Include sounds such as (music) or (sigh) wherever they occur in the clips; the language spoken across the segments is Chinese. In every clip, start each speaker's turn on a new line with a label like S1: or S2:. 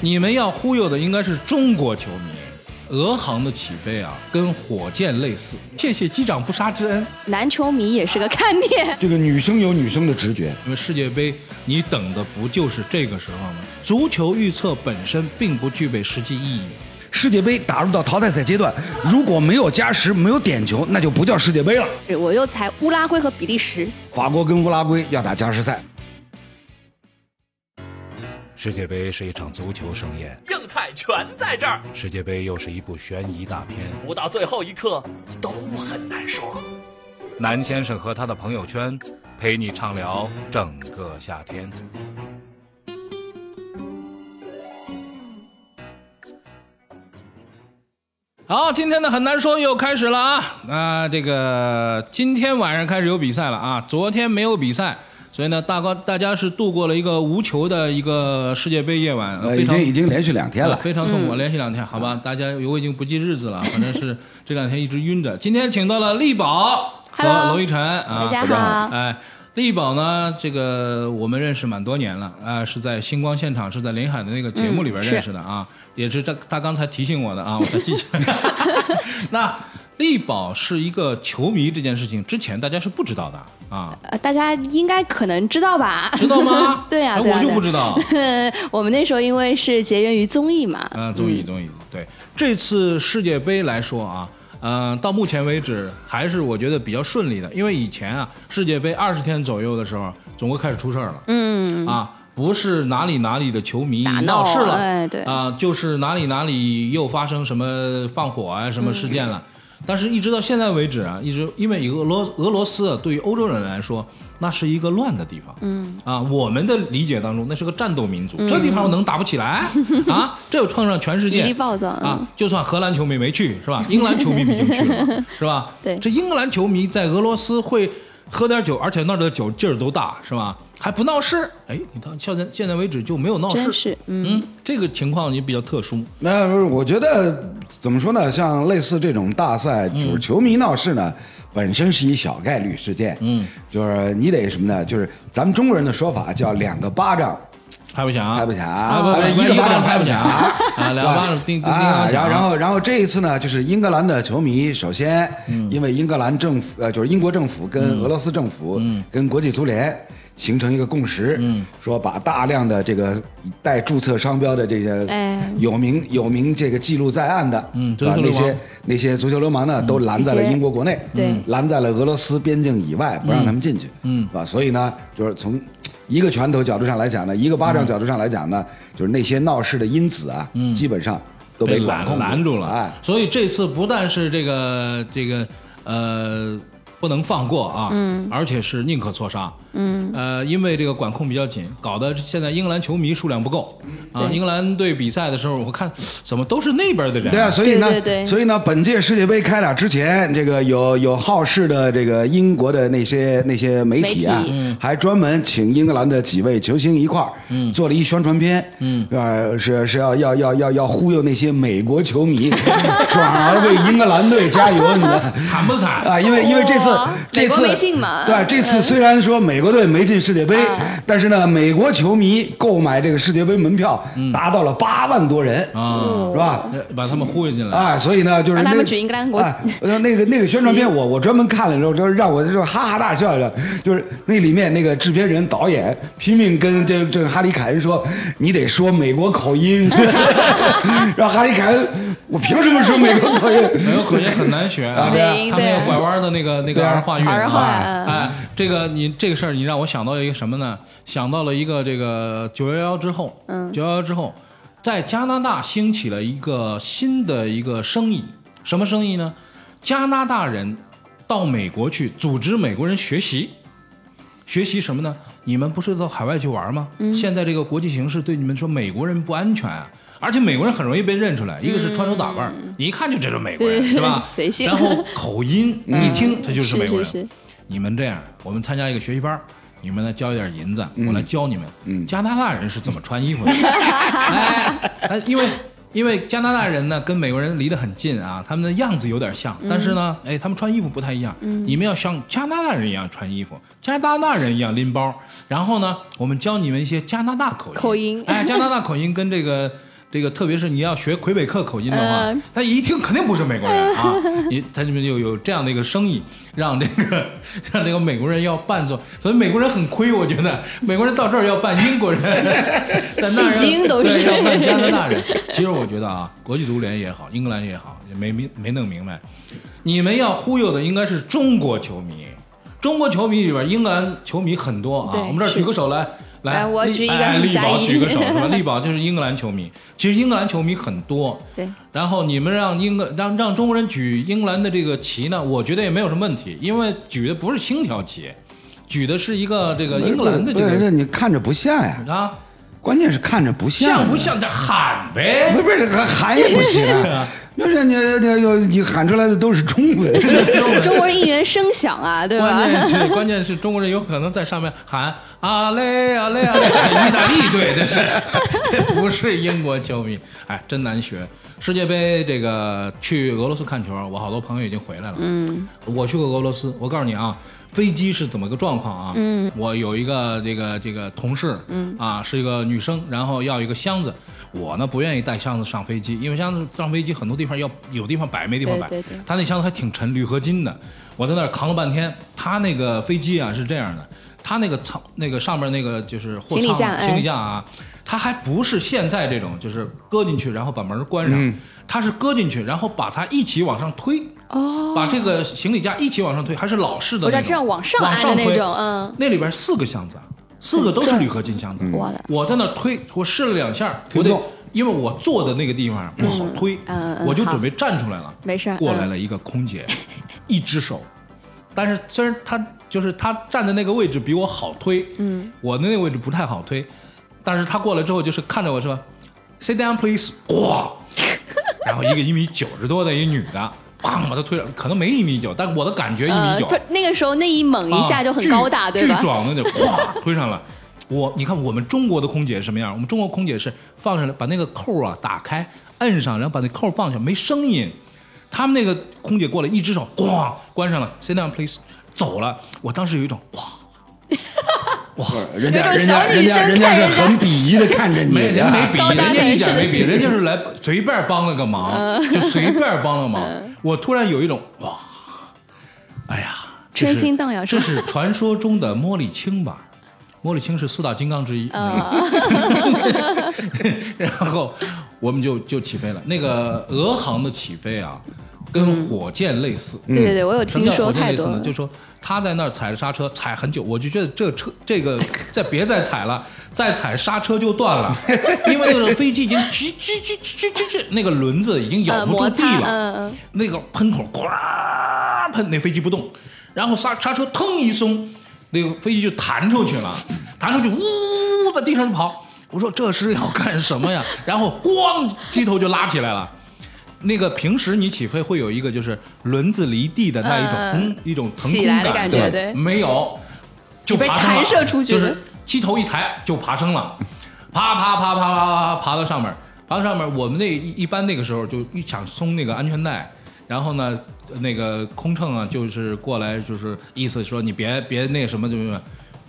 S1: 你们要忽悠的应该是中国球迷。俄航的起飞啊，跟火箭类似。谢谢机长不杀之恩。
S2: 男球迷也是个看点。 (laughs)
S3: 这个女生有女生的直觉，
S1: 因为世界杯，你等的不就是这个时候吗？足球预测本身并不具备实际意义。
S3: 世界杯打入到淘汰赛阶段，如果没有加时、没有点球，那就不叫世界杯了。
S2: 我又猜乌拉圭和比利时。
S3: 法国跟乌拉圭要打加时赛。
S4: 世界杯是一场足球盛宴，
S5: 硬菜全在这儿。
S4: 世界杯又是一部悬疑大片，
S5: 不到最后一刻都很难说。
S4: 南先生和他的朋友圈，陪你畅聊整个夏天。
S1: 好，今天的很难说又开始了啊！那、这个今天晚上开始有比赛了啊，昨天没有比赛，所以呢，大哥大家是度过了一个无球的一个世界杯夜晚，呃
S3: 呃，
S1: 非
S3: 已
S1: 常
S3: 经已经连续两天
S1: 呃
S3: 了。
S1: 非常痛苦，连续两天，好吧，大家我已经不记日子了，反正是这两天一直晕着。今天请到了力宝和
S2: Hello，
S1: 娄一晨啊，
S2: 大
S3: 家
S2: 家好，
S1: 哎，力宝呢，这个我们认识蛮多年了啊、是在星光现场，是在林海的那个节目里边
S2: 嗯
S1: 认识的啊，也是他他刚才提醒我的啊，我才记起
S2: (laughs)
S1: 来。 (laughs) 那力宝是一个球迷这件事情，之前大家是不知道的啊，
S2: 呃大家应该可能知道吧？？
S1: 知道吗
S2: (laughs) 对呀、
S1: 哎
S2: 对呀、
S1: 我就不
S2: 对呀啊
S1: 知道。
S2: 我们那时候因为是结缘于综艺嘛，
S1: 嗯，综艺综艺，对这次世界杯来说啊，嗯、到目前为止还是我觉得比较顺利的，因为以前啊，世界杯二十天左右的时候，总会开始出事儿了。
S2: 嗯，
S1: 啊，不是哪里哪里的球迷
S2: 打
S1: 嗯闹事了，
S2: 哎，对，
S1: 啊、就是哪里哪里又发生什么放火啊什么事件
S2: 嗯
S1: 了。但是，一直到现在为止啊，一直因为一个俄罗俄罗斯啊对于欧洲人来说，那是一个乱的地方。嗯啊，我们的理解当中，那是个战斗民族，
S2: 嗯
S1: 这地方能打不起
S2: (laughs)
S1: 来啊？这又碰上全世
S2: 脾
S1: 界
S2: 气暴躁，嗯、
S1: 啊，就算荷兰球迷没去是吧？英格兰球迷已经去
S2: (laughs)
S1: 了是吧？
S2: 对
S1: 这英格兰球迷在俄罗斯会喝点酒，而且那儿的酒劲儿都大是吧？还不闹事，哎，你到现在现在为止就没有闹
S2: 真
S1: 事，
S2: 是，嗯，
S1: 嗯，这个情况也比较特殊，
S3: 那不是我觉得怎么说呢？像类似这种大赛，就是球迷闹事呢，本身是一小概率事件。
S1: 嗯，
S3: 就是你得什么呢？就是咱们中国人的说法叫两个巴掌
S1: 拍不响，
S3: 拍不
S1: 响
S3: 响，
S1: 不
S3: 哎
S1: 不
S3: 一
S1: 一
S3: 个
S1: 个
S3: 巴
S1: 巴
S3: 掌
S1: 掌拍
S3: 拍不
S1: 不
S3: 响
S1: 响
S3: 啊， (laughs)
S1: 啊，两个巴掌叮叮叮
S3: 啊
S1: 当，响
S3: 然后然后然后这一次呢，就是英格兰的球迷，首先
S1: 嗯
S3: 因为英格兰政府呃，就是英国政府跟俄罗斯政府
S1: 嗯
S3: 跟国际足联形成一个共识，说把大量的这个带注册商标的这个
S2: 哎
S3: 有名有名这个记录在案的，
S1: 嗯
S3: 对吧？
S1: 足球
S3: 那
S1: 流氓嗯
S3: 些那些足球流氓呢，都拦在了
S2: 一些
S3: 英国国内，嗯
S2: 对
S3: 拦在了俄罗斯边境以外，不让他们进去，
S1: 嗯
S3: 啊，所以呢，就是从一个拳头角度上来讲呢，一个巴
S1: 嗯
S3: 掌角度上来讲呢，就是那些闹事的因子啊，基本上都被管控
S1: 拦拦住了，
S3: 哎，
S1: 所以这次不但是这个这个呃不能放过啊，嗯，而且是宁可错杀，嗯，呃，因为这个管控比较紧，搞得现在英格兰球迷数量不够啊，
S2: 对
S1: 英格兰队比赛的时候，我看怎么都是那边的人，
S3: (laughs) 对啊，所以呢，
S2: 对对对
S3: 所以呢，本届世界杯开打之前，这个有有好事的这个英国的那些那些媒体啊
S2: 媒体，嗯
S3: 还专门请英格兰的几位球星一块儿、做了一宣传片，嗯，呃，是是要要要要要忽悠那些美国
S2: (laughs)
S3: 球迷，转而为英格兰队加油，你知道吗。
S1: 惨不惨？
S3: 啊，因为因为这次
S2: 哇哦美
S3: 这次
S2: 国没进嘛嗯
S3: 对，啊这次虽然说美国队没进世界杯，但是呢，美国球迷购买这个世界杯门票
S2: 嗯
S3: 达到了八万多人，
S2: 哦
S1: 啊，
S3: 是吧？
S1: 把他们忽悠进来，
S3: 啊，所以呢，就是
S2: 让他
S3: 那
S2: 们举英格兰国
S3: 哎呃那个那个宣传片，我我专门看了之后，就是让我就是哈哈大笑了。就是那里面那个制片人、导演拼命跟这这哈里凯恩说：“你得说美国口
S2: (laughs)
S3: 音。”然后哈里凯恩，我凭什么说美国口音？
S1: 没有口音很难学啊，
S3: 对啊
S1: 他那个拐弯的那个那
S3: 对
S1: 个
S3: 啊
S1: 儿化韵啊，
S2: 儿化嗯
S1: 哎，这个你这个事儿，你让我想到一个什么呢？想到了一个这个九幺幺之后，
S2: 嗯
S1: 九幺幺之后，在加拿大兴起了一个新的一个生意，什么生意呢？加拿大人到美国去组织美国人学习，学习什么呢？你们不是到海外去玩吗？
S2: 嗯
S1: 现在这个国际形势对你们说美国人不安全啊，而且美国人很容易被认出来，一个是穿着打扮儿，你一看就知道美国人，
S2: 嗯对？
S1: 是吧
S2: 随性
S1: 然后 (laughs) 口音一听他就是美国
S2: 是
S1: 人。
S2: 是，
S1: 你们这样，我们参加一个学习班儿，你们呢交一点银子，我来教你们、
S3: 嗯
S1: 加拿大人是怎么穿衣服的。哎，哎因为因为加拿大人呢跟美国人离得很近啊，他们的样子有点像，但是呢，哎，他们穿衣服不太一样。你们要像加拿大人一样穿衣服，加拿大人一样拎包，然后呢，我们教你们一些加拿大口音。
S2: 口音
S1: 哎，加拿大口音跟这个。这个特别是你要学魁北克口音的话，
S2: 嗯
S1: 他一听肯定不是美国人啊，你他就有有这样的一个生意，让这个让这个美国人要扮作，所以美国人很亏，我觉得美国人到这儿要扮英
S2: (laughs)
S1: 国人，在那儿
S2: 戏精都是
S1: 对要扮加拿大人。其实我觉得啊，国际足联也好，英格兰也好，也没明没弄明白，你们要忽悠的应该是中国球迷。中国球迷里边，英格兰球迷很多啊
S2: 对。
S1: 我们这儿
S2: 是
S1: 举个手来，来，
S2: 来我
S1: 力
S2: 举一个
S1: 哎力
S2: 加
S1: 宝
S2: 一 (laughs)
S1: 举个手是吧？力宝就是英格兰球迷，其实英格兰球迷很多。
S2: 对，
S1: 然后你们让英格让让中国人举英格兰的这个旗呢，我觉得也没有什么问题，因为举的不是星条旗，举的是一个这个呃英格兰的这
S3: 不是
S1: 个
S3: 你看着不像呀，
S1: 啊，
S3: 关键是看着不像，啊
S1: 像不？像在喊呗
S3: 不？是不是，喊喊也不行
S1: (laughs)
S3: 啊，就是你你你喊出来的都是
S1: (laughs)
S3: 中文，
S2: 中国人应援声响啊，对吧
S1: 关？键
S2: (laughs)
S1: 是关键是中国人有可能在上面喊啊嘞啊嘞啊 (laughs) 嘞，意大利队这是， (laughs) 这不是英国球迷，哎，真难学。世界杯这个去俄罗斯看球，我好多朋友已经回来了。
S2: 嗯，
S1: 我去过俄罗斯，我告诉你啊，飞机是怎么个状况啊？嗯，我有一个这个这个同事，嗯啊，是一个女生，然后要一个箱子，我呢不愿意带箱子上飞机，因为箱子上飞机很多地方要有地方摆没地方摆，
S2: 对对对
S1: 他那箱子还挺沉，铝合金的，我在那儿扛了半天。他那个飞机啊是这样的，他那个舱那个上面那个就是货
S2: 行李
S1: 舱
S2: 架哎
S1: 行李架啊，它还不是现在这种，就是搁进去然后把门关上，
S3: 嗯
S1: 它是搁进去然后把它一起往上推。
S2: 哦，
S1: 把这个行李架一起往上推，还是老式的
S2: 我
S1: 那
S2: 这
S1: 种，
S2: 这样往上
S1: 往
S2: 按的
S1: 上推
S2: 那种，嗯，
S1: 那里边四个箱子，啊四个都是铝合金箱子。
S2: 我的
S1: 我在那推，我试了两下，
S3: 推
S1: 我
S3: 不
S1: 得
S3: 动，
S1: 因为我坐的那个地方啊不好推
S2: 嗯嗯，
S1: 我就
S2: 好
S1: 准备站出来了。
S2: 没事儿，
S1: 过来
S2: 嗯
S1: 了一个空姐，一只手，但是虽然她就是她站的那个位置比我好推，
S2: 嗯，
S1: 我那个位置不太好推，但是她过来之后就是看着我说，sit down please，哇， (laughs) 然后一个一米九十多的一女的，砰把她推了，可能没一米九，但我的感觉一米
S2: 呃，
S1: 九、
S2: 不是，那个时候那一猛一下就很高大，
S1: 啊
S2: 对吧
S1: 巨？壮的那种，咵推上来。我你看我们中国的空姐是什么样？我们中国空姐是放上来，把那个扣啊打开，摁上，然后把那扣放下，没声音。他们那个空姐过来，一只手咣关上了，sit down please，走了。我当时有一种哇，
S3: 人家
S2: 有种
S3: 人
S2: 小
S3: 家人
S2: 女生
S3: 家人家
S2: 看
S3: 是
S2: 人家
S3: 很鄙夷的啊看着你，
S1: 没人没比，
S2: 高大
S1: 人家
S2: 的
S1: 一点没比，
S2: 是的嗯
S1: 人家是来随便帮了个忙，就随便帮了
S2: (laughs)
S1: 忙。我突然有一种哇，哎呀，这是
S2: 春心荡漾
S1: 这
S2: 是吧
S1: 是传说中的茉莉青吧？茉莉青是四大金刚之一，
S2: 呃，
S1: (laughs) 然后我们就就起飞了。那个俄航的起飞啊，跟火箭类似。
S2: 对对对，我有
S1: 什么
S2: 听
S1: 叫
S2: 嗯说
S1: 火箭
S2: 太
S1: 类似
S2: 多
S1: 呢？
S2: 了
S1: 就，说他在那儿踩着刹车踩很久，我就觉得这车这个再别再踩了，再踩刹车就断了， (laughs) 因为那个飞机已经吱吱吱吱吱吱，那个轮子已经咬
S2: 呃，
S1: 不住
S2: 摩
S1: 地
S2: 擦，
S1: 了。
S2: 嗯，
S1: 那个喷口呱喷，那飞机不动，然后刹刹车腾一松，那个飞机就弹出去了，弹出去呜在地上就跑。我说这是要干什么呀？ (laughs) 然后咣机头就拉起来了。那个平时你起飞会有一个就是轮子离地的那一种，
S2: 嗯
S1: 嗯，一种腾空
S2: 起来
S1: 感，
S2: 的感觉
S1: 对吧
S2: 对
S1: 没有，就
S2: 被
S1: 爬升了
S2: 弹射出去
S1: 就
S2: 的
S1: 是机头一抬就爬升了，爬爬爬爬爬爬爬爬到上面，爬到上面，我们那一一般那个时候就一想松那个安全带，然后呢，那个空乘啊就是过来就是意思说你别别那什么就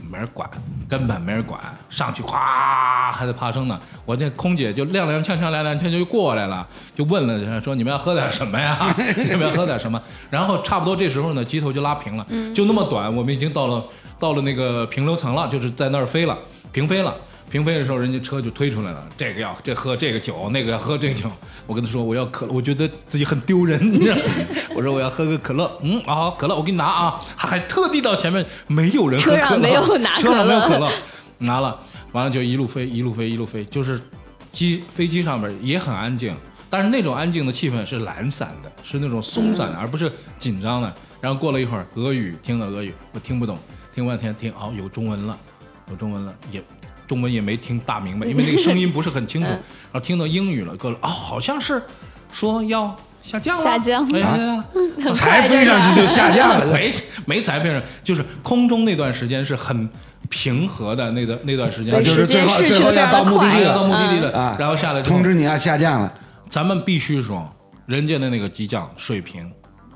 S1: 没人管，根本没人管，上去咵还在爬升呢，我这空姐就踉踉跄跄踉跄跄就过来了，就问了说你们要喝点什么呀？你们要喝点什么？然后差不多这时候呢，机头就拉平了，就那么短，我们已经到了到了那个平流层了，就是在那儿飞了，平飞了。平飞的时候，人家车就推出来了，这个要这喝这个酒，那个要喝这个酒。我跟他说我要可乐，我觉得自己很丢人，你知
S2: (laughs)
S1: 道吗我说我要喝个可乐，嗯，好、可乐我给你拿啊，还特地到前面，没有人喝
S2: 车
S1: 可乐，
S2: 上没有拿
S1: 车上没有
S2: 可
S1: 可
S2: 乐
S1: 乐，拿了，完了就一路飞，一路飞，一路飞，就是机飞机上面也很安静，但是那种安静的气氛是懒散的，是那种松散的，而不是紧张的。然后过了一会儿，俄语听了俄语，我听不懂，听半天听哦有中文了，有中文了，也中文也没听大明白，因为那个声音不是很清
S2: (laughs)
S1: 楚。
S2: 嗯
S1: 然后听到英语了，过了哦好像是说要下降了，
S2: 下降
S1: 哎
S3: 啊
S1: 下
S2: (laughs)
S1: 降了。
S2: 很
S3: 才
S2: 快
S3: 飞上去就下
S1: (laughs)
S3: 降了。
S1: 没没裁片上，就是空中那段时间是很平和的那段那段时间，
S2: 所以
S1: 就是
S3: 是
S2: 时间
S3: 最后
S2: 逝去
S3: 最
S2: 的
S3: 后
S2: 非常
S3: 要到
S2: 的
S3: 目的
S2: 快
S3: 地
S1: 要到目的地
S2: 嗯
S1: 了
S3: 啊
S1: 然后下来之后
S3: 通知你要下降了，
S1: 咱们必须说，人家的那个机长水平，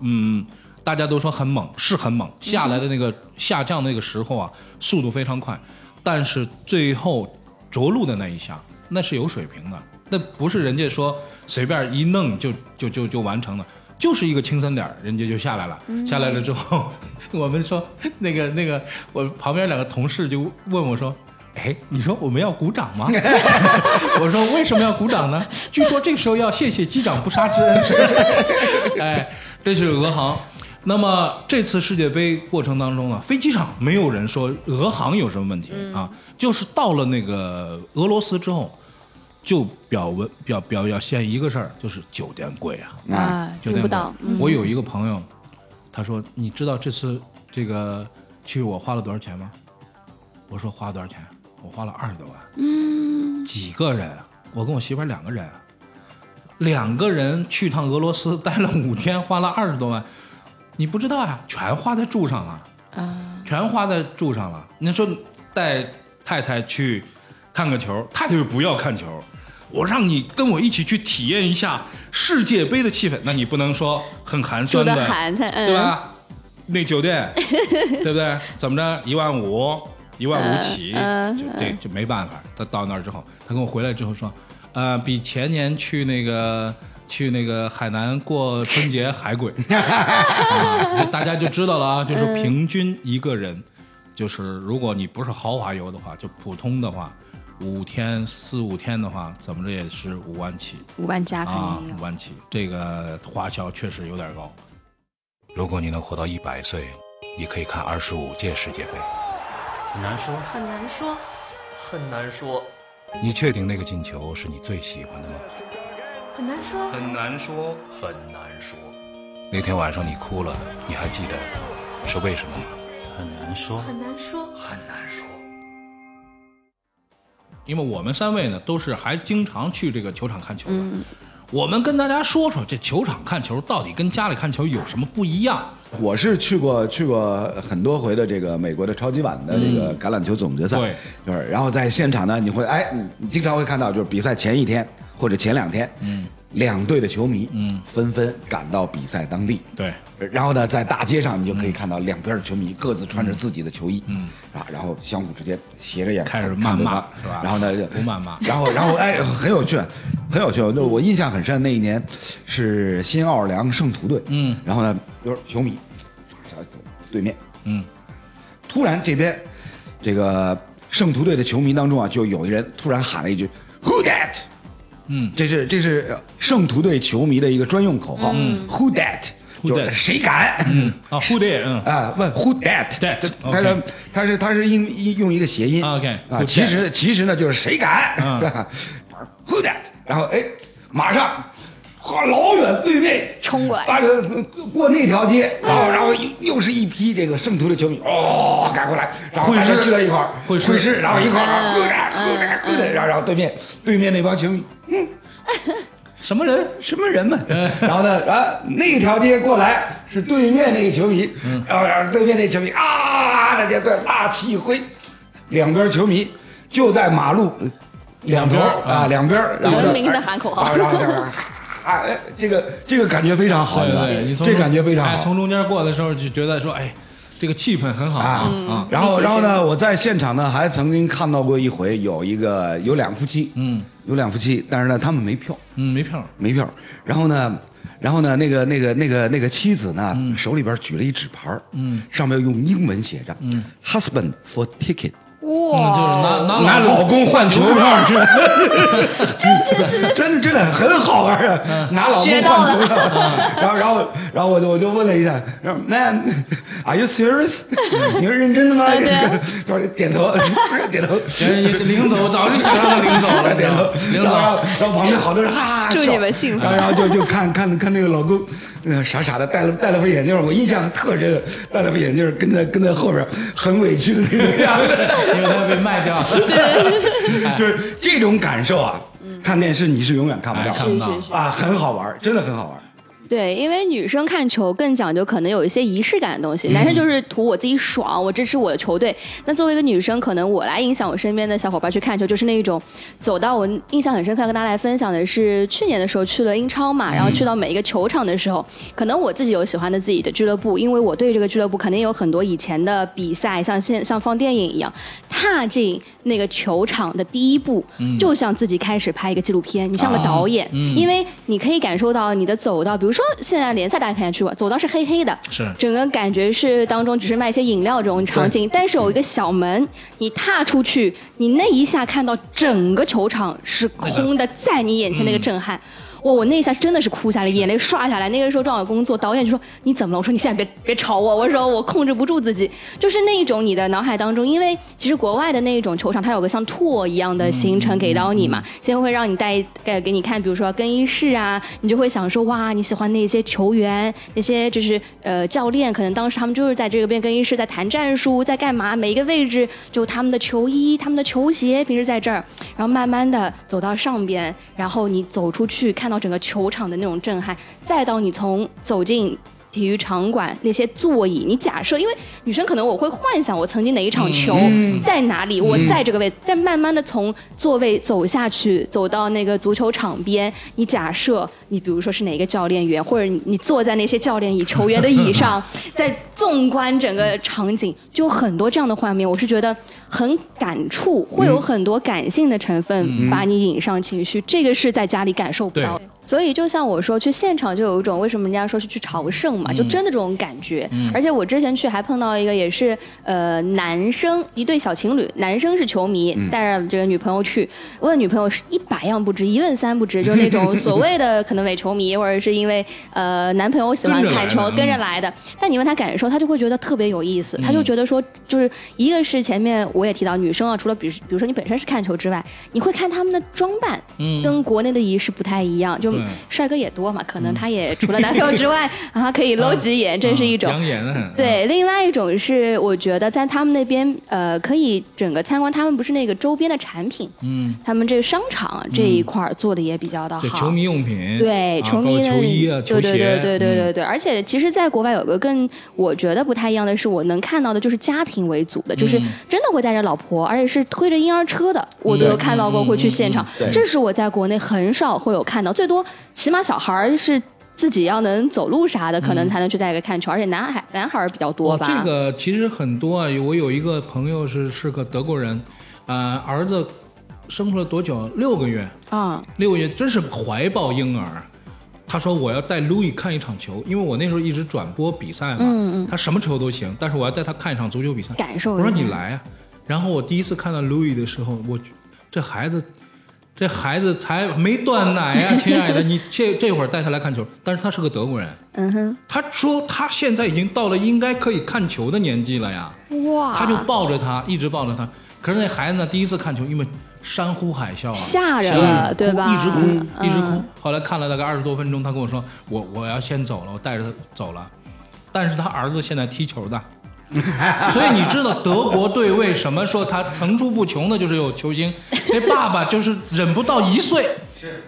S1: 嗯，大家都说很猛，是很猛，下来的那个、下降那个时候啊，速度非常快，但是最后着陆的那一下，那是有水平的，那不是人家说随便一弄就就就就完成了，就是一个轻松点儿，人家就下来了。下来了之后， (laughs) 我们说那个那个，我旁边两个同事就问我说。哎，你说我们要鼓掌吗？我说为什么要鼓掌呢？据说这个时候要谢谢击掌不杀之恩。 (laughs) 哎，这是俄航。那么这次世界杯过程当中呢，飞机场没有人说俄航有什么问题、
S2: 嗯
S1: 啊，就是到了那个俄罗斯之后，就表文表表表现一个事儿，就是酒店贵啊，
S2: 啊，
S1: 酒店
S2: 订不
S1: 贵
S2: 到，嗯
S1: 我有一个朋友，他说你知道这次这个去我花了多少钱吗？我说花了多少钱？我花了二十多万。
S2: 嗯，
S1: 几个人？我跟我媳妇儿两个人，两个人去趟俄罗斯待了五天，花了二十多万，你不知道呀、全花在住上了，
S2: 啊，
S1: 全花在住上了。你说带太太去看个球，太太又不要看球，我让你跟我一起去体验一下世界杯的气氛，那你不能说很寒
S2: 住
S1: 酸
S2: 的
S1: 的，
S2: 寒碜，嗯，
S1: 对？吧？那酒
S2: (laughs)
S1: 店，对不对？怎么着，一万五，一万五起，
S2: 嗯嗯
S1: 就这就没办法。他到那儿之后，他跟我回来之后说，呃，比前年去那个去那个海南过春节还
S2: (laughs)
S1: 贵，啊大家就知道了啊，
S2: 嗯
S1: 就是平均一个人，就是如果你不是豪华游的话，就普通的话。五天四五天的话，怎么着也是五万起
S2: 五万加肯
S1: 啊
S2: 定，有
S1: 五。万起，这个花销确实有点高。
S4: 如果你能活到一百岁，你可以看二十五届世界杯。
S5: 很难说，
S6: 很难说。
S5: 很难说，
S4: 你确定那个进球是你最喜欢的吗？
S6: 很难说，
S5: 很难说，很难说，
S4: 那天晚上你哭了，你还记得是为什么吗？
S5: 很难说，
S6: 很难说，
S5: 很难说。
S1: 因为我们三位呢都是还经常去这个球场看球的，我们跟大家说说这球场看球到底跟家里看球有什么不一样。
S3: 我是去过去过很多回的这个美国的超级碗的这个橄榄球总决赛，
S1: 对
S3: 就是然后在现场呢，你会哎，你经常会看到就是比赛前一天或者前两天，嗯，两队的球迷，嗯，纷纷赶到比赛当地，
S1: 对，
S3: 然后呢，在大街上你就可以看到两边的球迷各自穿着自己的球衣，嗯，啊，然后相互之间斜着眼
S1: 开始
S3: 看
S1: 谩
S3: 对
S1: 骂
S3: 方
S1: 是吧
S3: 然后呢，
S1: 不谩骂
S3: (laughs) 然后然后哎，很有趣，很有趣。那我印象很深，那一年是新奥尔良圣徒队，
S1: 嗯，
S3: 然后呢，就是球迷，对面，
S1: 嗯，
S3: 突然这边这个圣徒队的球迷当中啊，就有一人突然喊了一句 “Who that”，
S1: 嗯，
S3: 这是这是呃圣徒队球迷的一个专用口号、w h o that”，
S1: 嗯 Who
S3: 就是
S1: dat？
S3: 谁敢？
S1: 嗯啊，蝴蝶，嗯
S3: 啊，问 Who that？
S1: That，
S3: 他他是
S1: OK
S3: 他是他是用用一个谐音
S1: OK，
S3: 啊，
S1: who
S3: 其实其实呢就是谁敢
S1: 嗯
S3: 是吧？Who that？然后哎，马上。哇老远对面
S2: 冲过来
S3: 那个过那条街，然后然后又又是一批这个圣徒的球迷，哦，赶过来，然后大家
S1: 会师
S3: 聚到一块儿，
S1: 会师嗯
S3: 师，然后一块
S2: 嗯
S3: 儿，呼的呼的呼的，然后然后对面对面那帮球迷，
S1: 什么人？
S3: 什么人们？ (laughs) 然后呢，啊，那条街过来是对面那个球迷，
S1: 嗯
S3: 然后然后对面那球迷啊，大家在大气一挥，两边球迷就在马路呃两头
S1: 两边
S3: 啊，两边，然后
S2: 文
S3: 就
S2: 明地喊口号
S3: 啊然后在
S2: (laughs)
S3: 那儿啊，哎这个这个感觉非常好，
S1: 对
S3: 是吧
S1: 对，你从
S3: 这
S1: 中
S3: 感觉非常
S1: 哎
S3: 好，
S1: 从中间过的时候就觉得说，哎，这个气氛很好啊
S2: 嗯
S1: 啊，
S3: 然后，然后呢？我在现场呢，还曾经看到过一回，有一个有两夫妻，
S1: 嗯，
S3: 有两夫妻，但是呢，他们没票，
S1: 嗯，没票，
S3: 没票。然后呢，然后呢，那个那个那个那个妻子呢，手里边举了一纸牌嗯，上面用英文写着，嗯，husband for ticket，
S1: 嗯，
S2: 哦
S1: 就是拿拿
S3: 拿
S1: 老
S3: 老公换球票，真
S2: (laughs)
S3: 的， (laughs) 真的真的很好玩啊！拿老公
S2: 学到
S3: 换
S2: 了
S3: 球票，然后然后然后我就我就问了一下，然后 Man，are you serious？你是认真的吗？
S2: 对啊
S3: (laughs) 他说点头，点头。
S1: 人
S3: (laughs)
S1: 领走，早就想让他领走了，
S3: 点头，
S1: 领
S3: 然后
S1: 走。
S3: 然后旁边好多人哈哈哈
S2: 祝
S3: 笑
S2: 你们幸福
S3: 然后然后就就看看看那个老公，呃，傻傻的戴了戴了副眼镜儿，我印象特深，戴了副眼镜儿跟在跟在后边儿很委屈的那个样子。
S1: (laughs) 因为他要被卖掉，
S3: 就是
S2: 嗯
S3: 这种感受啊，看电视你是永远看不
S1: 哎，
S3: 到
S1: 看不到
S2: 是是是
S3: 啊，很好玩儿，真的很好玩儿。
S2: 对，因为女生看球更讲究可能有一些仪式感的东西，
S1: 嗯
S2: 男生就是图我自己爽，我支持我的球队。那作为一个女生，可能我来影响我身边的小伙伴去看球，就是那一种走到我印象很深刻，跟大家来分享的是去年的时候去了英超嘛，然后去
S1: 嗯
S2: 到每一个球场的时候，可能我自己有喜欢的自己的俱乐部，因为我对这个俱乐部肯定有很多以前的比赛，像现像放电影一样，踏进那个球场的第一步，就像自己开始拍一个纪录片，你像个导演，因为你可以感受到你的走道，比如说现在联赛大家看下去吧，走道是黑黑的，
S1: 是
S2: 整个感觉是当中只是卖一些饮料这种场景，但是有一个小门，你踏出去，你那一下看到整个球场是空的，在你眼前那个震撼。哇！我那一下真的是哭下来，眼泪刷下来。那个时候正好工作，导演就说：“你怎么了？”我说：“你现在别别吵我。”我说：“我控制不住自己。”就是那一种你的脑海当中，因为其实国外的那一种球场，它有个像 tour 一样的行程给到你嘛，先会让你带带给你看，比如说更衣室啊，你就会想说：“哇，你喜欢那些球员，那些就是呃教练，可能当时他们就是在这个边更衣室在谈战术，在干嘛？每一个位置就他们的球衣、他们的球鞋，平时在这儿，然后慢慢的走到上边，然后你走出去，看到整个球场的那种震撼，再到你从走进。体育场馆那些座椅，你假设，因为女生可能我会幻想我曾经哪一场球在哪里，我在这个位置，但慢慢的从座位走下去，走到那个足球场边，你假设你比如说是哪一个教练员，或者你你坐在那些教练椅、球员的椅上， (laughs) 在纵观整个场景，就有很多这样的画面，我是觉得很感触，会有很多感性的成分把你引上情绪，这个是在家里感受不到的。所以就像我说，去现场就有一种为什么人家说是去朝圣
S1: 嗯
S2: 嘛，就真的这种感觉。而且我之前去还碰到一个也是呃男生一对小情侣，男生是球迷，
S1: 嗯
S2: 带着这个女朋友去，问女朋友是一百样不知，一问三不知，就是那种所谓的可能伪球迷，或者是因为呃男朋友喜欢
S1: 跟着来
S2: 看
S1: 的
S2: 球
S1: 嗯
S2: 跟着来的。但你问他感受，他就会觉得特别有意思，他就觉得说就是一个是前面我也提到女生啊，除了比比如说你本身是看球之外，你会看他们的装扮，
S1: 嗯
S2: 跟国内的仪式不太一样，就
S1: 对嗯
S2: 帅哥也多嘛，可能他也除了男朋友
S1: (laughs)
S2: 之外啊，可以搂几眼，这是一种。
S1: 养眼的很。啊
S2: 对，另外一种是我觉得在他们那边，呃，可以整个参观他们不是那个周边的产品，
S1: 嗯，
S2: 他们这个商场这一块儿做的也比较的
S1: 对，
S2: 好。
S1: 球迷用品，
S2: 对，
S1: 啊
S2: 球迷
S1: 包
S2: 的
S1: 括球衣啊，球
S2: 对
S1: 鞋，
S2: 对
S1: 嗯
S2: 对对对对对。而且其实，在国外有个更我觉得不太一样的是，我能看到的就是家庭为主的，
S1: 嗯
S2: 就是真的会带着老婆，而且是推着婴儿车的，我都有看到过
S1: 嗯
S2: 会去现场。这是我在国内很少会有看到，最多起码小孩儿是。自己要能走路啥的，可能才能去带个看球，而且男孩男孩儿比较
S1: 嗯
S2: 多
S1: 哦
S2: 吧。
S1: 这个其实很多啊，我有一个朋友是是个德国人，呃，儿子生出来多久？六个月，
S2: 啊，
S1: 六个月真是怀抱婴儿。他说我要带 Louis 看一场球，因为我那时候一直转播比赛嘛，
S2: 嗯嗯
S1: 他什么球都行，但是我要带他看一场足球比赛。
S2: 感受
S1: 我
S2: 一下。
S1: 说你来啊，然后我第一次看到 Louis 的时候，我这孩子。这孩子才没断奶啊，亲爱的，你这这会儿带他来看球，但是他是个德国人，
S2: 嗯哼，
S1: 他说他现在已经到了应该可以看球的年纪了呀，
S2: 哇，
S1: 他就抱着他，一直抱着他。可是那孩子呢，第一次看球，因为山呼海啸啊，
S2: 吓人
S1: 吓
S2: 了，对
S1: 哭
S2: 吧？
S1: 一直哭，一直哭
S2: 嗯。
S1: 后来看了大概二十多分钟，他跟我说：“我我要先走了，我带着他走了。”但是他儿子现在踢球的，所以你知道德国队为什么说他层出不穷的，就是有球星。那爸爸就是忍不到一岁，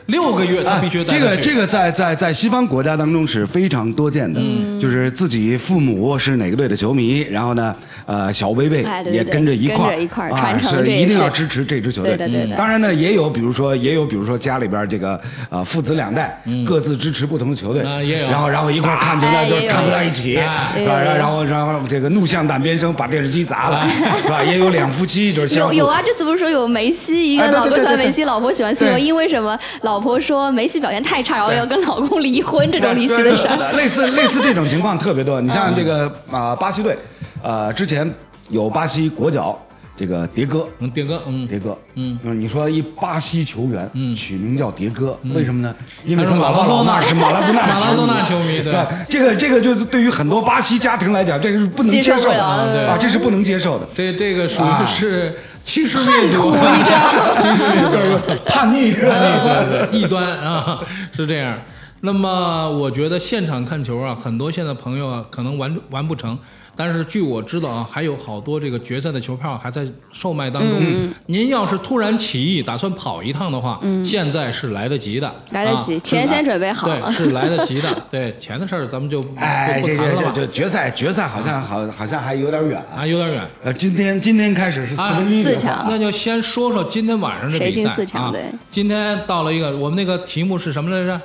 S1: 六个月他必须带
S3: 啊这
S1: 他
S3: 个
S1: 去
S3: 这个在在在西方国家当中是非常多见的，
S2: 嗯
S3: 就是自己父母是哪个队的球迷，然后呢，呃，小贝贝
S2: 哎对对
S3: 也
S2: 对
S3: 跟着一块儿，
S2: 跟着一块儿
S3: 啊
S2: 传承
S3: 是
S2: 这一
S3: 一定
S2: 事
S3: 要支持这支球队。
S2: 对的对的
S3: 当然呢，也有比如说也有比如说家里边这个呃父子两代各自支持不同的球队
S1: 嗯啊也，有
S3: 然后然后一块儿看球
S2: 哎
S3: 呢就
S2: 也有
S3: 看不到
S2: 也
S3: 一
S2: 有
S3: 起，
S1: 哎
S3: 是吧？然后然后这个怒向胆边生，把电视机
S2: (laughs)
S3: 砸了，是吧？也有两夫妻就是相
S2: 有
S3: 互
S2: 有啊，这次不是说有梅西，一个
S3: 哎对
S2: 老公
S3: 对
S2: 喜
S3: 对
S2: 欢
S3: 对
S2: 梅西，老婆喜欢 C 罗，
S3: 对
S2: 因为什么？老婆说梅西表现太差，然后要跟老公离婚，这种离奇的事儿。
S3: 类似类似这种情况特别多。你像这个
S1: 嗯
S3: 啊、巴西队，呃，之前有巴西国脚这个迭戈，
S1: 嗯，点哥，嗯，
S3: 迭戈，
S1: 嗯，
S3: 你说一巴西球员，嗯，取名叫迭戈，为什么呢？因为
S1: 嗯他
S3: 他
S1: 是
S3: 老爸
S1: 马拉
S3: 老
S1: 多纳
S3: 妈是马拉多纳的
S1: (laughs) 马拉多纳球迷对
S3: 对吧？这个这个就是对于很多巴西家庭来讲，这个是不能
S2: 接受
S3: 接受
S2: 不
S3: 的
S2: 了
S1: 对
S3: 啊，这是不能接受的。
S1: 这这个属于
S3: 啊
S1: 是欺师灭祖，
S2: 啊
S1: (laughs) 你知道吗？欺师灭祖
S3: (laughs) 就是
S1: (laughs)
S3: 叛逆，是吧
S1: 对对对，异端啊，是这样。那么我觉得现场看球啊，很多现在朋友啊，可能玩玩不成，但是据我知道啊，还有好多这个决赛的球票还在售卖当中。
S2: 嗯
S1: 您要是突然起义，打算跑一趟的话，现在是来得及的，
S2: (laughs) 来得及
S1: 啊
S2: 钱先
S1: 是来
S2: 准备好哎
S1: 对，是来得及的。对钱的事儿，咱
S2: (laughs)
S1: 们就不不
S3: (laughs) 哎，这
S1: 不谈了
S3: 个
S1: 吧
S3: 这，决赛决赛好像好好像还有点远啊。
S1: 啊，有点远。
S3: 呃，今天今天开始是四
S1: 啊
S3: 分之一
S2: 四
S3: 决赛
S2: 强
S3: 啊
S1: 那就先说说今天晚上的
S2: 谁
S1: 比
S2: 进
S1: 赛
S2: 四强
S1: 啊
S2: 对。
S1: 今天到了一个，我们那个题目是什么来着？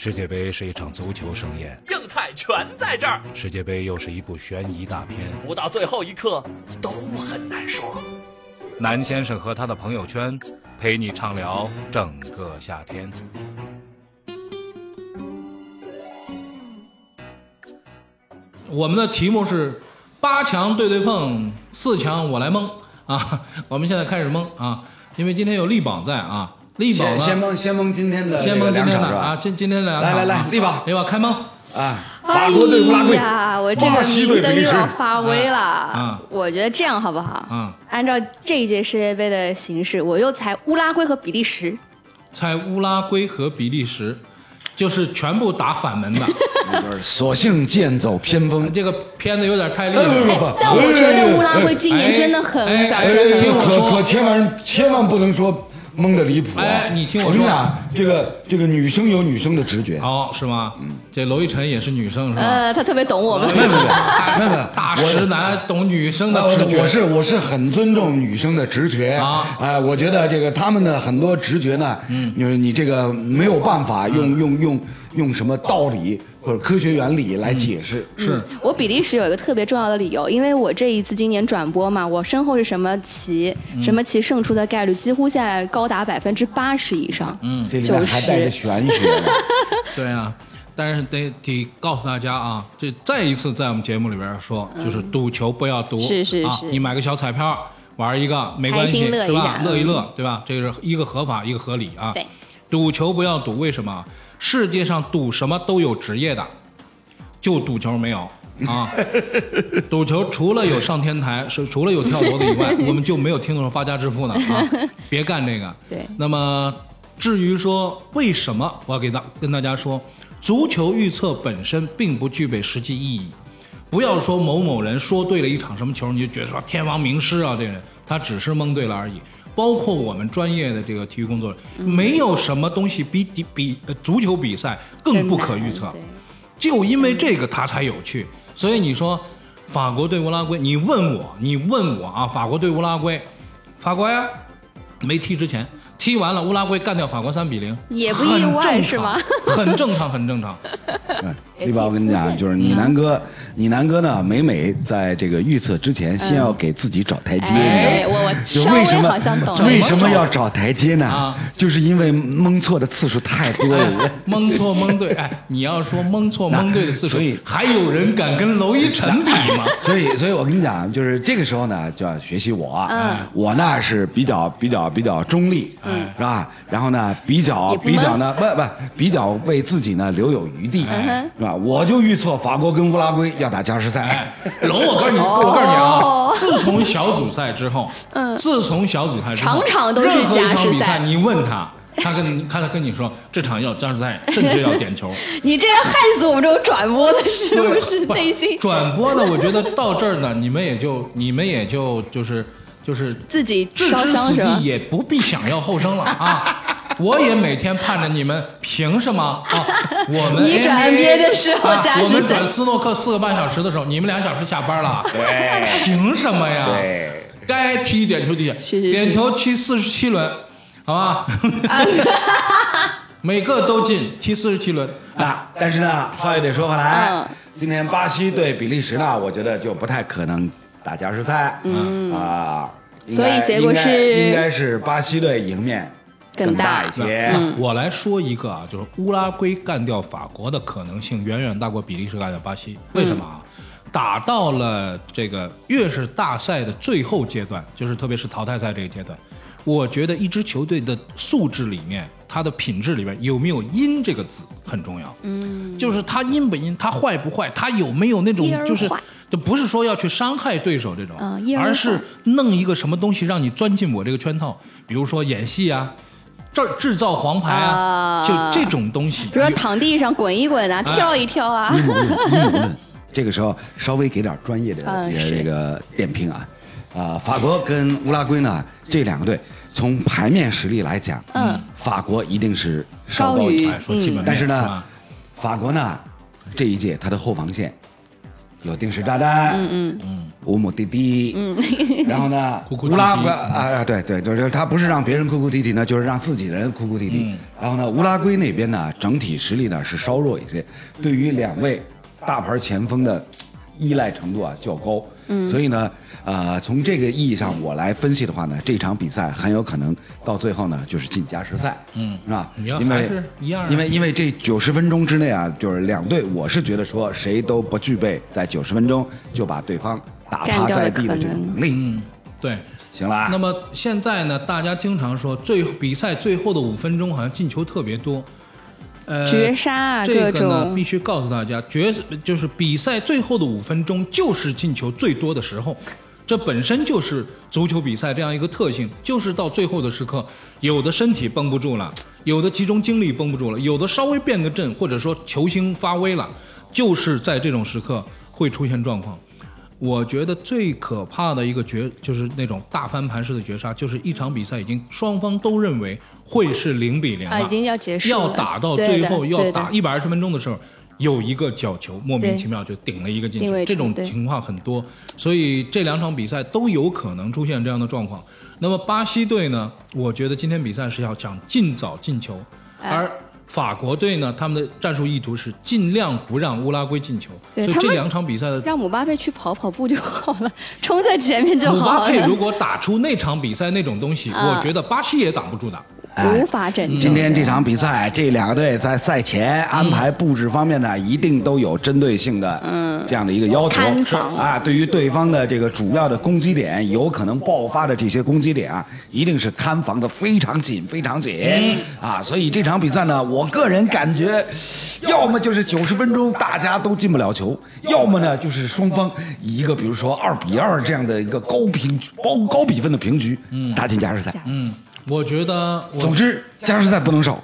S4: 世界杯是一场足球盛宴，
S5: 硬菜全在这儿，
S4: 世界杯又是一部悬疑大片。
S5: 不到最后一刻都很难说。
S4: 南先生和他的朋友圈，陪你畅聊整个夏天。
S1: 我们的题目是八强对对碰，四强我来蒙啊！我们现在开始蒙啊，因为今天有力宝在啊，力宝
S3: 先
S1: 呢
S3: 先蒙先蒙今天的
S1: 先
S3: 这
S1: 蒙
S3: 个
S1: 今
S3: 两
S1: 天
S3: 场
S1: 的
S3: 是吧
S1: 啊，今今天的两场
S3: 来来
S1: 啊
S3: 来，力宝
S1: 力宝开蒙
S3: 啊，
S2: 哎
S3: 法国对乌拉圭，
S2: 呀，我这个
S3: 巴西
S2: 明
S3: 对
S2: 灯
S3: 比利
S2: 又
S3: 时
S2: 要发威了。
S1: 啊
S2: 我觉得这样好不好？
S3: 嗯
S1: 啊，
S2: 按照这一届世界杯的形式，我又裁乌拉圭和比利时。
S1: 猜乌拉圭和比利时，就是全部打反门的， (laughs)
S3: 就是索性剑走偏锋。
S1: 这个片子有点太厉害了。
S3: 哎
S2: 但我觉得乌拉圭今年
S1: 哎
S2: 真的很
S1: 哎
S2: 表
S3: 哎，
S2: 现很
S1: 听
S2: 好。
S1: 我说
S3: 可可千万千万不能说蒙的离谱啊！
S1: 哎你听我说
S3: 什么呀，这个这个女生有女生的直觉。
S1: 哦，是吗？
S3: 嗯
S1: 这娄艺晨也是女生是吧？
S2: 呃，他特别懂我们
S1: 没。有没有，大直男懂女生的
S3: 我
S1: 直觉。
S3: 我是我是很尊重女生的直觉
S1: 啊
S3: 哎我觉得这个她们的很多直觉呢，嗯，就是你这个没有办法用、用用用什么道理或者科学原理来解释，
S1: 嗯是
S2: 我比利时有一个特别重要的理由，因为我这一次今年转播嘛，我身后是什么旗，什么旗胜出的概率几乎现在高达百分之八十以上。嗯，
S3: 这里
S2: 九
S3: 面还带着
S2: 十。
S3: 玄学呢。
S1: 对啊，但是得得告诉大家啊，这再一次在我们节目里边说，就是赌球不要赌，
S2: 嗯是是
S1: 啊
S2: 是，
S1: 你买个小彩票玩一个没关
S2: 开
S1: 系
S2: 心乐
S1: 是
S2: 一下
S1: 吧？
S2: 嗯
S1: 乐一乐，对吧？这个是一个合法，一个合理啊。
S2: 对，
S1: 赌球不要赌，为什么？世界上赌什么都有职业的，就赌球没有 (laughs) 啊。赌球除了有上天台，是除了有跳楼的以外，我们就没有听懂发家致富呢啊！别干这个。
S2: 对
S1: 那么至于说为什么，我要给大跟大家说，足球预测本身并不具备实际意义。不要说某某人说对了一场什么球，你就觉得说天王名师啊，这人他只是蒙对了而已。包括我们专业的这个体育工作者，没有什么东西比比比呃足球比赛更不可预测。
S2: 对
S1: 就因为这个它才有趣。所以你说法国对乌拉圭，你问我，你问我啊，法国对乌拉圭，法国呀，没踢之前，踢完了乌拉圭干掉法国三比零，
S2: 也不意
S1: 很正
S2: 外
S1: 常
S2: 是吗？
S1: 很正
S2: (laughs)
S1: 常，很正常。
S3: 对吧？我跟你
S2: 哎
S3: 讲，就是
S2: 嗯
S3: 你南哥，你南哥呢，每每在这个预测之前，先要给自己找台阶，
S2: 嗯哎，
S3: 你
S2: 我我
S3: 知
S2: 稍
S3: 道吗？就为
S2: 微
S3: 什么
S2: 好像懂了。
S3: 为什么要找台阶呢
S1: 啊？
S3: 就是因为蒙错的次数太多了。
S1: 哎蒙错蒙对，哎，你要说蒙错蒙对的次数
S3: 所以，
S1: 还有人敢
S2: (laughs)
S1: 跟娄一晨比吗？
S3: (laughs) 所以，所以我跟你讲，就是这个时候呢，就要学习我，啊
S2: 嗯
S3: 我呢是比较比较比较中立，是吧？然后呢，比较
S2: 也不闷
S3: 比较呢，不不，比较为自己呢留有余地，
S2: 嗯
S3: 是吧？我就预测法国跟乌拉圭要打加时赛，
S2: 嗯
S1: 龙，我告诉你，
S2: 哦
S1: 我告诉你啊，自从小组赛之后，自从小组赛之后，
S2: 嗯场场都是
S1: 任何一
S2: 加时
S1: 场比
S2: 赛
S1: 赛，你问他，他跟他跟你说这场要加时赛，甚至要点球，
S2: 你这样害死我们这种转播的， (laughs) 是不
S1: (laughs)
S2: 是
S1: 不
S2: 内心
S1: 转播呢？我觉得到这儿呢，你们也就你们也就就是就是
S2: 自己
S1: 置
S2: 烧
S1: 之
S2: 伤
S1: 死
S2: 是吧
S1: 地？也不必想要后生了啊！我也每天盼着你们，凭什么啊？我们
S2: 你转 NBA 的时候
S1: 啊
S2: 加时赛
S1: 我们转斯诺克四个半小时的时候，你们俩小时下班了，对，凭什么呀？对，该踢点球踢，
S2: 是是
S1: 点球踢四十七轮，好吧？
S2: 啊
S1: (laughs) 每个都进，踢四十七轮，
S3: 那但是呢，话又得说回来
S2: 嗯，
S3: 今天巴西对比利时呢，我觉得就不太可能打加时赛，嗯啊，应该
S2: 所以结果
S3: 应该
S2: 是
S3: 应该是巴西队赢面
S2: 更大嗯
S3: 大一些，
S1: 我来说一个啊，就是乌拉圭干掉法国的可能性远远大过比利时干掉巴西。为什么啊？
S2: 嗯
S1: 打到了这个越是大赛的最后阶段，就是特别是淘汰赛这个阶段，我觉得一支球队的素质里面，它的品质里面有没有“阴”这个字很重要。嗯，就是它阴不阴，它坏不坏，它有没有那种
S2: 阴儿
S1: 就是
S2: 坏。
S1: 就不是说要去伤害对手这种，
S2: 嗯阴儿
S1: 而
S2: 坏
S1: 是弄一个什么东西让你钻进我这个圈套，比如说演戏啊，这儿制造黄牌啊，
S2: 啊
S1: 就这种东西哎
S2: 比。如说躺地上滚一滚啊，跳一跳啊，
S1: 嗯
S3: 阴谋论，阴谋论，这个时候稍微给点专业的
S2: 嗯
S3: 这个
S2: 是
S3: 这个点评啊，啊，法国跟乌拉圭呢这两个队从牌面实力来讲，
S2: 嗯，
S3: 法国一定是稍
S2: 高
S3: 高
S2: 于
S3: 一筹
S4: 哎说基本面
S2: 嗯
S3: 但是呢
S4: 吧
S3: 法国呢这一届他的后防线有定时炸弹，嗯嗯，乌姆蒂蒂，嗯，然后呢，
S1: (laughs) 哭哭啼啼
S3: 乌拉圭啊，对对，就是他不是让别人哭哭啼啼呢，就是让自己人哭哭啼啼。
S1: 嗯
S3: 然后呢，乌拉圭那边呢，整体实力呢是稍弱一些，对于两位大牌前锋的依赖程度啊较高。嗯，所以呢，呃，从这个意义上我来分析的话呢，这场比赛很有可能到最后呢就是进加时赛，嗯，是吧？
S1: 你要
S3: 因
S1: 还
S3: 为
S1: 是一样啊
S3: 因为因为这九十分钟之内啊，就是两队，我是觉得说谁都不具备在九十分钟就把对方打趴在地的这个能力，嗯
S1: 对。
S3: 行了啊。
S1: 那么现在呢，大家经常说最比赛最后的五分钟好像进球特别多，呃，
S2: 绝杀啊，
S1: 这
S2: 各
S1: 个呢，必
S2: 种。
S1: 须告诉大家，决就是比赛最后的五分钟就是进球最多的时候，这本身就是足球比赛这样一个特性，就是到最后的时刻，有的身体绷不住了，有的集中精力绷不住了，有的稍微变个阵，或者说球星发威了，就是在这种时刻会出现状况。我觉得最可怕的一个绝就是那种大翻盘式的绝杀，就是一场比赛已经双方都认为会是零比零了、
S2: 啊，已经要结束了，
S1: 要打到
S2: 对
S1: 最
S2: 的
S1: 后要
S2: 对的
S1: 打一百二十分钟的时候，有一个角球莫名其妙就顶了一个进
S2: 定
S1: 球，
S2: 位
S1: 这种
S2: 对
S1: 情况很多，所以这两场比赛都有可能出现这样的状况。那么巴西队呢，我觉得今天比赛是要想尽早进球，
S2: 哎
S1: 而。法国队呢，他们的战术意图是尽量不让乌拉圭进球，所
S2: 对
S1: 以
S2: 他们
S1: 这两场比赛的
S2: 让姆巴佩去跑跑步就好了， (laughs) 冲在前面就
S1: 姆巴
S2: 好
S1: 佩如
S2: 了，
S1: 果打出那场比赛那种东西，
S2: 啊
S1: 我觉得巴西也挡不住的。
S3: 哎
S2: 无法拯救。
S3: 今天这场比赛，这两个队在赛前安排布置方面呢，一定都有针对性的这样的一个要求
S2: 看防
S3: 啊。对于对方的这个主要的攻击点，有可能爆发的这些攻击点啊，一定是看防的非常紧，非常紧啊。所以这场比赛呢，我个人感觉，要么就是九十分钟大家都进不了球，要么呢就是双方以一个比如说二比二这样的一个高平局高高比分的平局打进加时赛。
S1: 嗯，我觉得
S2: (laughs)
S1: 我
S3: 总之，加时赛不能少。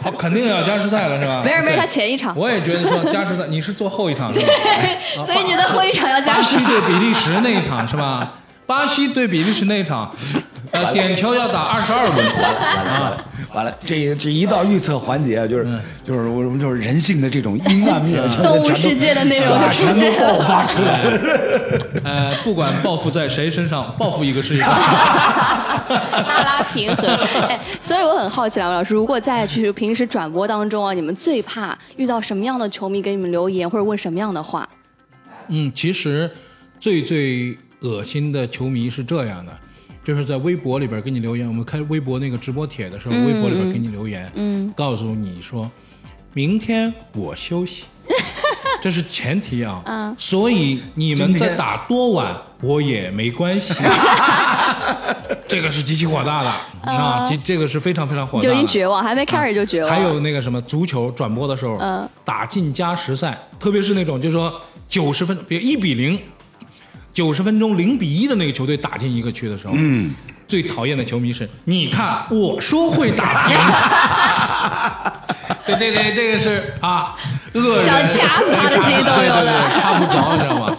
S1: 好，肯定要加时赛了是吧？
S2: 没事没
S1: 对
S2: 事，他前一场，
S1: 我也觉得说加时赛，你是做后一场是吧？
S2: 所以你的后一场要 (laughs) 加
S1: 巴 (laughs)
S2: 时
S1: 西。对比利时那一场是吧？巴西对比利时那一场，呃，点球要打二十二轮，
S3: 完了完了完了，这这一到预测环节啊，就是、就是我们就是人性的这种阴暗面，全
S2: 动
S3: 都啊
S2: 物世界的内容就出
S3: 全
S2: 现
S3: 都
S2: 了
S3: 爆发出来了。
S1: 呃，不管报复在谁身上，报复一个是一个。
S2: 拉拉平衡。哎，所以我很好奇，两位老师，如果在就是平时转播当中啊，你们最怕遇到什么样的球迷给你们留言或者问什么样的话？
S1: 嗯，其实最最恶心的球迷是这样的，就是在微博里边给你留言，我们开微博那个直播帖的时候，微博里边给你留言，嗯，告诉你说，明天我休息， (laughs) 这是前提啊，嗯，所以你们再打多晚我也没关系。这个是极其火大的、啊，这这个是非常非常火大的，
S2: 就已经绝望，还没开始就绝望。
S1: 还有那个什么足球转播的时候，
S2: 嗯
S1: 打进加时赛，特别是那种就是说九十分，比如一比零，九十分钟零比一的那个球队打进一个区的时候，嗯，最讨厌的球迷是，你看我说会打平，对对对，这个是啊，恶人
S2: 想掐死他的心都有嗯
S1: 对对
S2: 的 (laughs)
S1: 对，掐不着，你知道吗？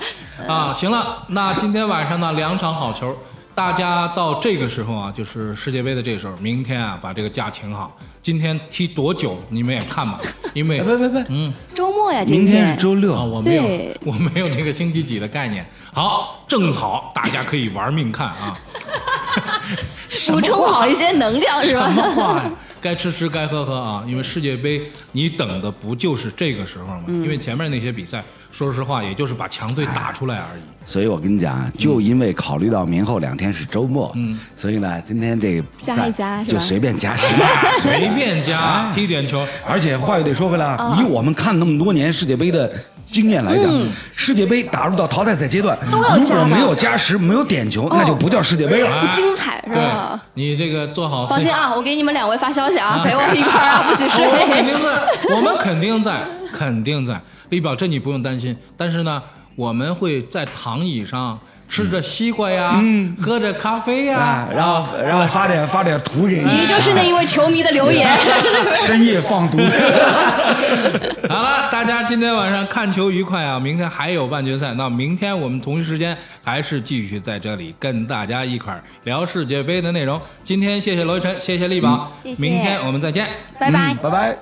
S1: 啊，行了，那今天晚上呢，两场好球，大家到这个时候啊，就是世界杯的这个时候，明天啊，把这个假请好。今天踢多久你们也看
S2: (laughs)
S1: 吧，因为
S3: 别别，
S2: 周末呀，今
S3: 嗯明天是周六
S1: 啊，，我没有
S2: 对
S1: 我没有这个星期几的概念。好，正好大家可以玩命看啊，
S2: 补充好一些能量 (laughs) 是
S1: 什
S2: 吧？
S1: 么话呀？该吃吃，该喝喝啊！因为世界杯，你等的不就是这个时候
S2: 嗯
S1: 吗？因为前面那些比赛，说实话，也就是把强队打出来而已。
S3: 所以我跟你讲啊，就因为考虑到明后两天是周末，嗯，所以呢，今天这个比赛
S2: 加一加是吧
S3: 就随便加时。
S2: (laughs)
S1: (laughs) 随便加踢点球，
S3: 而且话又得说回来，
S2: 哦
S3: 啊，以我们看那么多年世界杯的经验来讲，世界杯打入到淘汰赛阶段，
S2: 嗯要
S3: 如
S2: 加哦
S3: 果
S2: 的
S3: 没有加时，没有点球，那就不叫世界杯了。
S2: 不精彩是
S1: 对
S2: 吧？
S1: 你这个做好
S2: 放
S1: 思
S2: 心
S1: 想，
S2: 啊，我给你们两位发消息啊，陪我一块儿啊，不许
S1: (laughs)
S2: 睡
S1: 我。们肯定在，我们肯定在，肯定在。力宝，这你不用担心。但是呢，我们会在躺椅上吃着西瓜呀，喝着咖啡呀
S3: 啊，，然后然后发点发点图给
S2: 你
S3: 你，
S2: 就是那一位球迷的留言，
S3: 深夜放
S2: (laughs)
S3: 毒。
S1: 好了，大家今天晚上看球愉快啊！明天还有半决赛，那明天我们同一时间还是继续在这里跟大家一块儿聊世界杯的内容。今天谢谢罗一晨，谢谢力宝，
S2: 嗯谢谢
S1: 明天我们再见。
S2: 拜拜。
S3: 嗯拜拜。